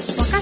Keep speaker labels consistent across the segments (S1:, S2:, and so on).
S1: 阪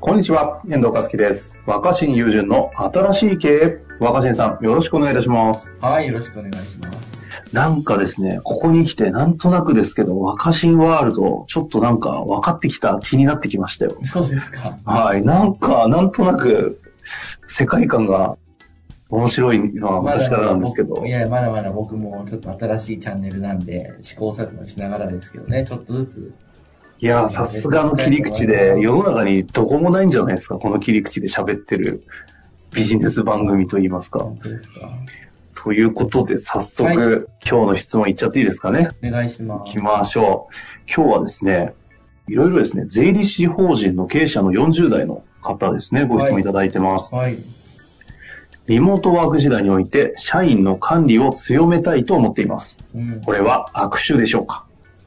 S2: こんにちは、遠藤和樹です。若新雄純の新しい経営、若新さん、よろしくお願いいたします。
S3: はい、よろしくお願いします。
S2: なんかですね、ここに来て、なんとなくですけど、若新ワールド、ちょっとなんか分かってきた、気になってきましたよ。
S3: そうですか。
S2: はい、なんか、なんとなく、世界観が面白いのは昔からなんですけど
S3: い、や、まだまだ僕もちょっと新しいチャンネルなんで、試行錯誤しながらですけどね、ちょっとずつ。
S2: いや、さすがの切り口で、世の中にどこもないんじゃないですか、この切り口で喋ってるビジネス番組といいますか。
S3: 本当ですか。
S2: ということで、早速、
S3: はい
S2: 今日の質問いっちゃっていいですかね。
S3: お願いします。
S2: 行きましょう。今日はですね、いろいろですね、税理士法人の経営者の40代の方ですね、ご質問いただいてます。
S3: はい。
S2: リモートワーク時代において、社員の管理を強めたいと思っています。
S3: うん。
S2: これは握手でしょうか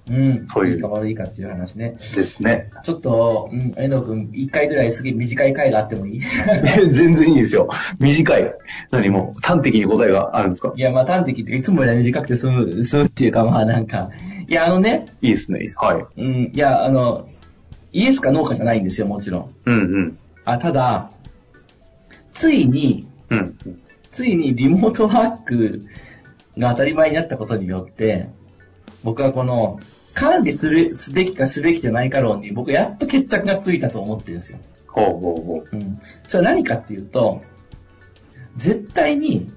S3: うん。
S2: そういう
S3: いか悪いかっていう話ね。
S2: ですね。
S3: ちょっと、うん、遠藤くん、一回ぐらいすげえ短い回があってもいい
S2: 全然いいですよ。短い。何も、端的に答えがあるんですか
S3: いや、まあ端的っていうかいつもよりは短くて済む、済むっていうか、まあなんか。いや、あのね、
S2: いいですね。はい。
S3: うん、いや、あの、イエスかノーかじゃないんですよ、もちろん。
S2: うんうん。
S3: あ、ただ、ついに、
S2: うん。
S3: ついにリモートワークが当たり前になったことによって、僕はこの管理するすべきかすべきじゃないか論に僕やっと決着がついたと思ってるんですよ。
S2: ほうほうほ
S3: うん。それは何かっていうと、絶対に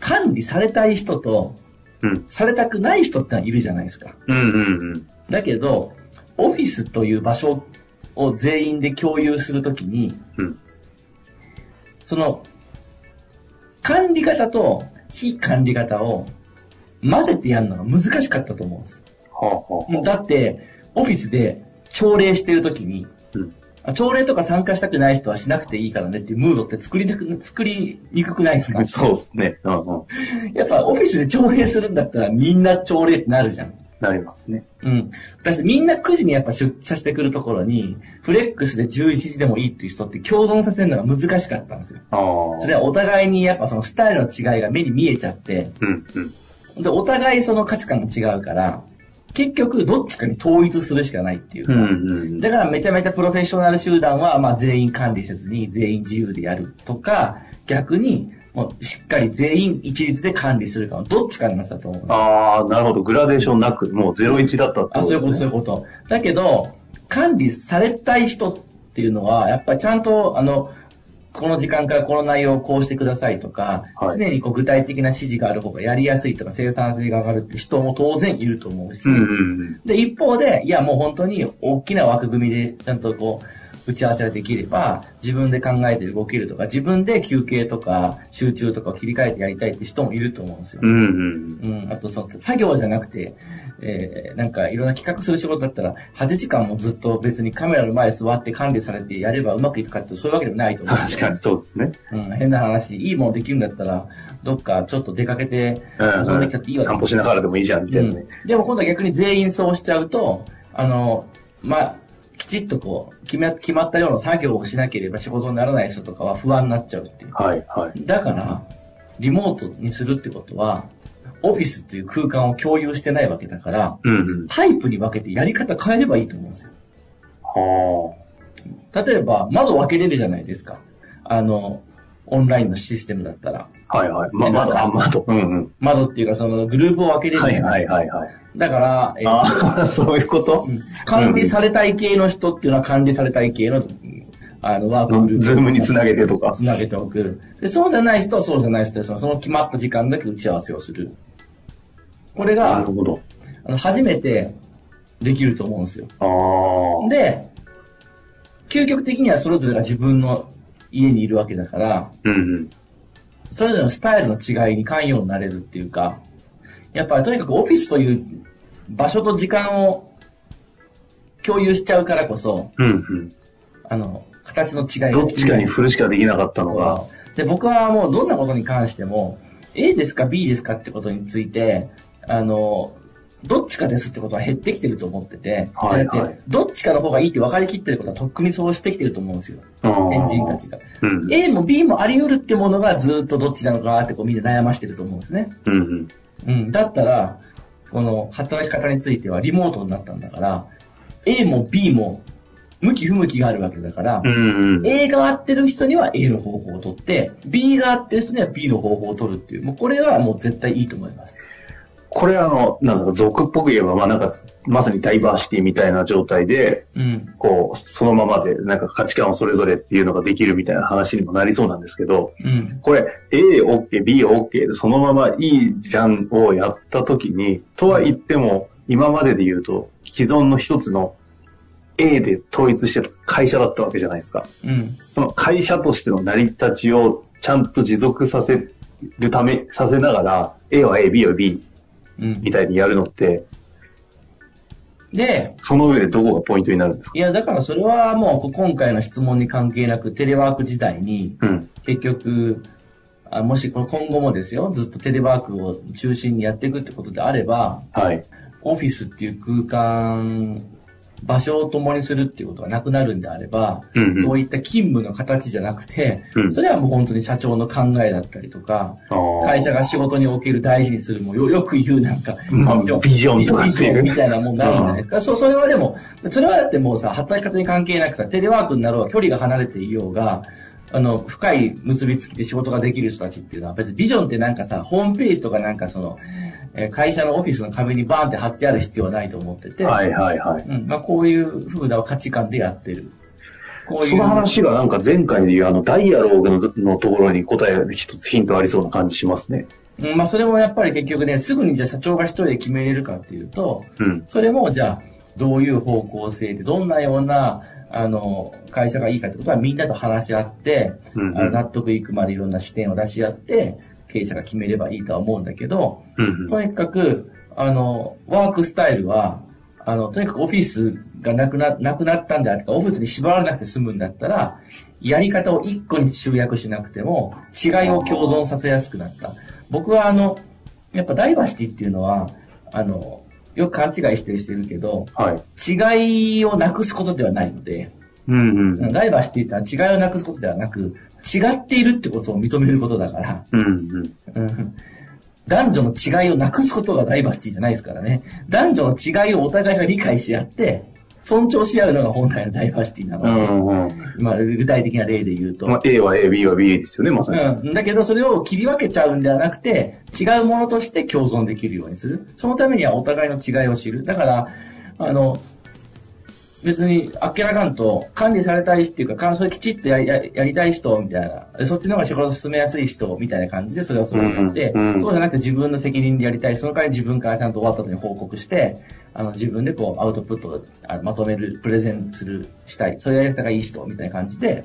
S3: 管理されたい人と
S2: う。うん。
S3: されたくない人ってのはいるじゃないですか。
S2: うんうんうん。
S3: だけど、オフィスという場所を全員で共有するときに、
S2: うん。
S3: その、管理型と非管理型を混ぜてやるのが難しかったと思うんです。
S2: ほうほうほ
S3: もうだって、オフィスで朝礼してるときに、
S2: う。うん。
S3: あ朝礼とか参加したくない人はしなくていいからねっていうムードって作りなく、作りにくくないですか
S2: そうですね。うんうん。
S3: やっぱオフィスで朝礼するんだったらみんな朝礼ってなるじゃん。
S2: なりますね。
S3: うん。だしみんな9時にやっぱ出社してくるところに、フレックスで11時でもいいっていう人って共存させるのが難しかったんですよ。
S2: ああ。
S3: それはお互いにやっぱそのスタイルの違いが目に見えちゃって、
S2: うんうん。
S3: で、お互いその価値観が違うから、結局どっちかに統一するしかないっていうか、
S2: うん
S3: だからめちゃめちゃプロフェッショナル集団は、まあ全員管理せずに全員自由でやるとか、逆に、もうしっかり全員一律で管理するかのどっちかになってたと思うんですよ
S2: ああ、なるほど。グラデーションなく、もう01だったって
S3: あ、そういうこと、そう
S2: ね
S3: いうこと。だけど、管理されたい人っていうのは、やっぱりちゃんと、あの、この時間からこの内容をこうしてくださいとか、
S2: はい
S3: 常にこう具体的な指示がある方がやりやすいとか生産性が上がるって人も当然いると思うし、
S2: うんうんうん。
S3: で、一方で、いやもう本当に大きな枠組みでちゃんとこう、打ち合わせができれば、自分で考えて動けるとか、自分で休憩とか集中とかを切り替えてやりたいって人もいると思うんですよ。
S2: うんうん。
S3: うん、あとその作業じゃなくて、えーなんかいろんな企画する仕事だったら、8時間もずっと別にカメラの前座って管理されてやればうまくいくかってそういうわけでもないと思う。
S2: 確かにそうですね。
S3: うん、変な話、いいもんできるんだったら、どっかちょっと出かけて遊んできたっていいわけ
S2: 散歩しながらでもいいじゃん、みた
S3: う
S2: いなね
S3: ん。、でも今度は逆に全員そうしちゃうと、あの、まあ、きちっとこう、決ま決まったような作業をしなければ仕事にならない人とかは不安になっちゃうっていう。
S2: はい、はい。
S3: だから、リモートにするってことは、オフィスという空間を共有してないわけだから、
S2: うんうん。
S3: タイプに分けてやり方変えればいいと思うんですよ。
S2: は
S3: 例えば、窓分けれるじゃないですか。あの、オンラインのシステムだったら。
S2: あ。はい、はい。ま、まだ、あ、まだ。うんうん。
S3: 窓っていうか、そのグループを分けれる
S2: は
S3: じ
S2: い、
S3: ゃない
S2: は
S3: で
S2: い、
S3: すか。
S2: はい、はい。
S3: だから、えっと
S2: ああ、 そういうこと
S3: うん管理されたい系の人っていうのは管理されたい系のうんあのワークグループ。
S2: ズームにつなげてとか。
S3: つなげておく。で、そうじゃない人はそうじゃない人で、そのその決まった時間だけ打ち合わせをする。これ
S2: な
S3: が
S2: る、ほど。
S3: あの初めてできると思うんですよ。
S2: ああ。
S3: で、究極的にはそれぞれが自分の家にいるわけだから、
S2: うんうん。
S3: それぞれのスタイルの違いに関与になれるっていうか、やっぱりとにかくオフィスという場所と時間を共有しちゃうからこそ、
S2: うんうん。
S3: あの、形の違いが
S2: どっちかに振るしかできなかったのが、
S3: で、僕はもうどんなことに関しても、A ですか B ですかってことについて、あの、どっちかですってことは減ってきてると思ってて、
S2: はいはい
S3: だってどっちかの方がいいって分かりきってることはとっくにそうしてきてると思うんですよ。
S2: あー
S3: 先人たちが。
S2: うん。
S3: A も B もあり得るってものがずっとどっちなのかなってこうみんな悩ましてると思うんですね。
S2: うんうん。
S3: うん、だったら、この働き方についてはリモートになったんだから、A も B も向き不向きがあるわけだから、
S2: うんうん。
S3: A が合ってる人には A の方法を取って、B が合ってる人には B の方法を取るっていう、もうこれはもう絶対いいと思います。
S2: これあの、なんだろう、俗っぽく言えば、まあなんか、まさにダイバーシティみたいな状態で、
S3: うん。
S2: こう、そのままで、なんか価値観をそれぞれっていうのができるみたいな話にもなりそうなんですけど、
S3: うん。
S2: これ、A、OK、B、OK で、そのままいいじゃんをやったときに、とは言っても、今までで言うと、既存の一つの A で統一してた会社だったわけじゃないですか。
S3: うん。
S2: その会社としての成り立ちをちゃんと持続させるため、させながら、A は A、B は B
S3: うん
S2: み。たいにやるのって、
S3: で、
S2: その上でどこがポイントになるんですか
S3: いや、だからそれはもうこ今回の質問に関係なく、テレワーク時代に、
S2: うん。
S3: 結局、あもしこの今後もですよ、ずっとテレワークを中心にやっていくってことであれば、
S2: はい。
S3: オフィスっていう空間、場所を共にするっていうことがなくなるんであれば、
S2: うんうん
S3: そういった勤務の形じゃなくて、
S2: うん
S3: それはもう本当に社長の考えだったりとか、
S2: あー
S3: 会社が仕事における大事にするもうよよく言うなんか、
S2: まあビジョンとか
S3: ビ
S2: って
S3: ジ
S2: いう
S3: ョンみたいなもんがあるんじゃないですか。そう、それはでも、それはだってもうさ、働き方に関係なくさ、テレワークになろうが距離が離れていようが、あの、深い結びつきで仕事ができる人たちっていうのは、別にビジョンってなんかさ、ホームページとかなんかその、えー会社のオフィスの壁にバーンって貼ってある必要はないと思ってて、
S2: はいはいはい。
S3: うん、まあこういう風な価値観でやってる。こういう。
S2: その話がなんか前回で言うあのダイアローグののところに答え一つヒントありそうな感じしますね。
S3: うん、まあそれもやっぱり結局ね、すぐにじゃあ社長が一人で決めれるかっていうと、
S2: うん。
S3: それもじゃあどういう方向性で、どんなような、あの、会社がいいかってことはみんなと話し合って、
S2: うんうん
S3: あの納得いくまでいろんな視点を出し合って、経営者が決めればいいとは思うんだけど、
S2: うんうん
S3: とにかく、あの、ワークスタイルは、あの、とにかくオフィスがなくな、なくなったんだとか、オフィスに縛られなくて済むんだったら、やり方を一個に集約しなくても、違いを共存させやすくなった。僕はあの、やっぱダイバーシティっていうのは、あの、よく勘違いしてる人いるけど、
S2: はい。
S3: 違いをなくすことではないので、
S2: うんうん。
S3: ダイバーシティってのは違いをなくすことではなく、違っているってことを認めることだから、
S2: うんうん。
S3: うん男女の違いをなくすことがダイバーシティじゃないですからね。男女の違いをお互いが理解し合って、尊重し合うのが本来のダイバーシティな
S2: う
S3: ので、
S2: んうん。
S3: まあ、具体的な例で言うと。
S2: まあ、A は A、B は B ですよね、まさに。
S3: うん、だけど、それを切り分けちゃうんではなくて、違うものとして共存できるようにする。そのためにはお互いの違いを知る。だから、あの、別に、あっけらかんと、管理されたい人っていうか、かそれきちっとやりややりたい人、みたいな、でそっちの方が仕事を進めやすい人、みたいな感じで、それをそうやって、
S2: うんうん
S3: そうじゃなくて自分の責任でやりたい、その代わり自分からちゃんと終わった後に報告して、あの自分でこう、アウトプットをあのまとめる、プレゼンする、したい、そういうやり方がいい人、みたいな感じで、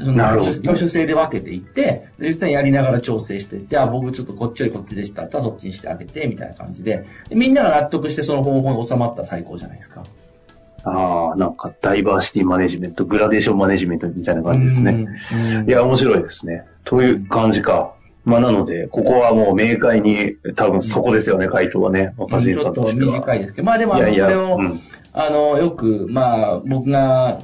S3: その
S2: なるほど
S3: 挙手挙手制で分けていって、実際やりながら調整していって、あ、僕ちょっとこっちよりこっちでした。じゃあそっちにしてあげて、みたいな感じで。でみんなが納得してその方法に収まったら最高じゃないですか。
S2: ああ、なんかダイバーシティマネジメント、グラデーションマネジメントみたいな感じですね。
S3: うん。
S2: いや、面白いですね。という感じか。まあ、なので、ここはもう明快に、多分そこですよね、回答はね。
S3: うん
S2: 若
S3: ち
S2: 新
S3: ょ
S2: さ
S3: っ
S2: ん
S3: と
S2: としては。
S3: 短いですけど、まあでも、あの
S2: い
S3: こ
S2: やいや
S3: れを、
S2: うん
S3: あの、よく、まあ、僕が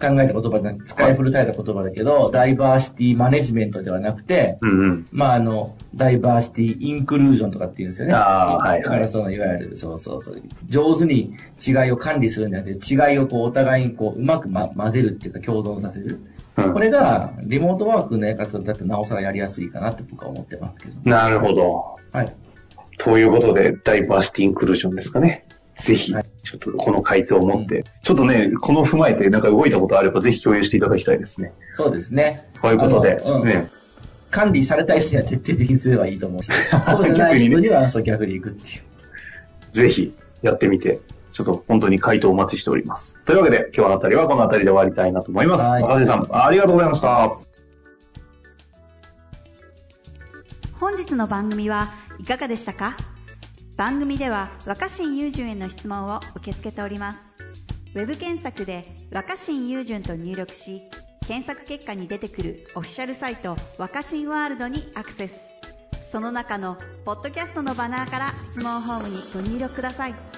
S3: 考えた言葉じゃなくて、使い古された言葉だけど、ダイバーシティマネジメントではなくて、
S2: うんうん。
S3: まあ、あの、ダイバーシティ、インクルージョンとかっていうんですよね。
S2: あーはいはい
S3: だから、その、いわゆる、そうそうそう、上手に違いを管理するんじゃなくて、違いをこう、お互いにこう、うまく、ま、混ぜるっていうか、共存させる。
S2: うん
S3: これが、リモートワークのやり方だとなおさらやりやすいかなって僕は思ってますけど。
S2: なるほど。
S3: はい。
S2: ということで、ダイバーシティインクルージョンですかね。ぜひ、
S3: はい
S2: ちょっとこの回答を持って、ちょっとね、この踏まえて、なんか動いたことあれば、ぜひ共有していただきたいですね。
S3: そうですね。
S2: ということで
S3: あの、うん
S2: ね、
S3: 管理されたい人には徹底的にすればいいと 思うし、そうじゃない人には、そう逆に行くっていう。
S2: ぜひやってみて、ちょっと本当に回答をお待ちしております。というわけで、今日のあたりはこのあたりで終わりたいなと思います。
S3: はい
S2: 若新さん、ありがとうございました。
S1: 本日の番組はいかがでしたか番組では若新雄純への質問を受け付けておりますウェブ検索で「若新雄純」と入力し検索結果に出てくるオフィシャルサイト若新ワールドにアクセスその中のポッドキャストのバナーから質問ホームにご入力ください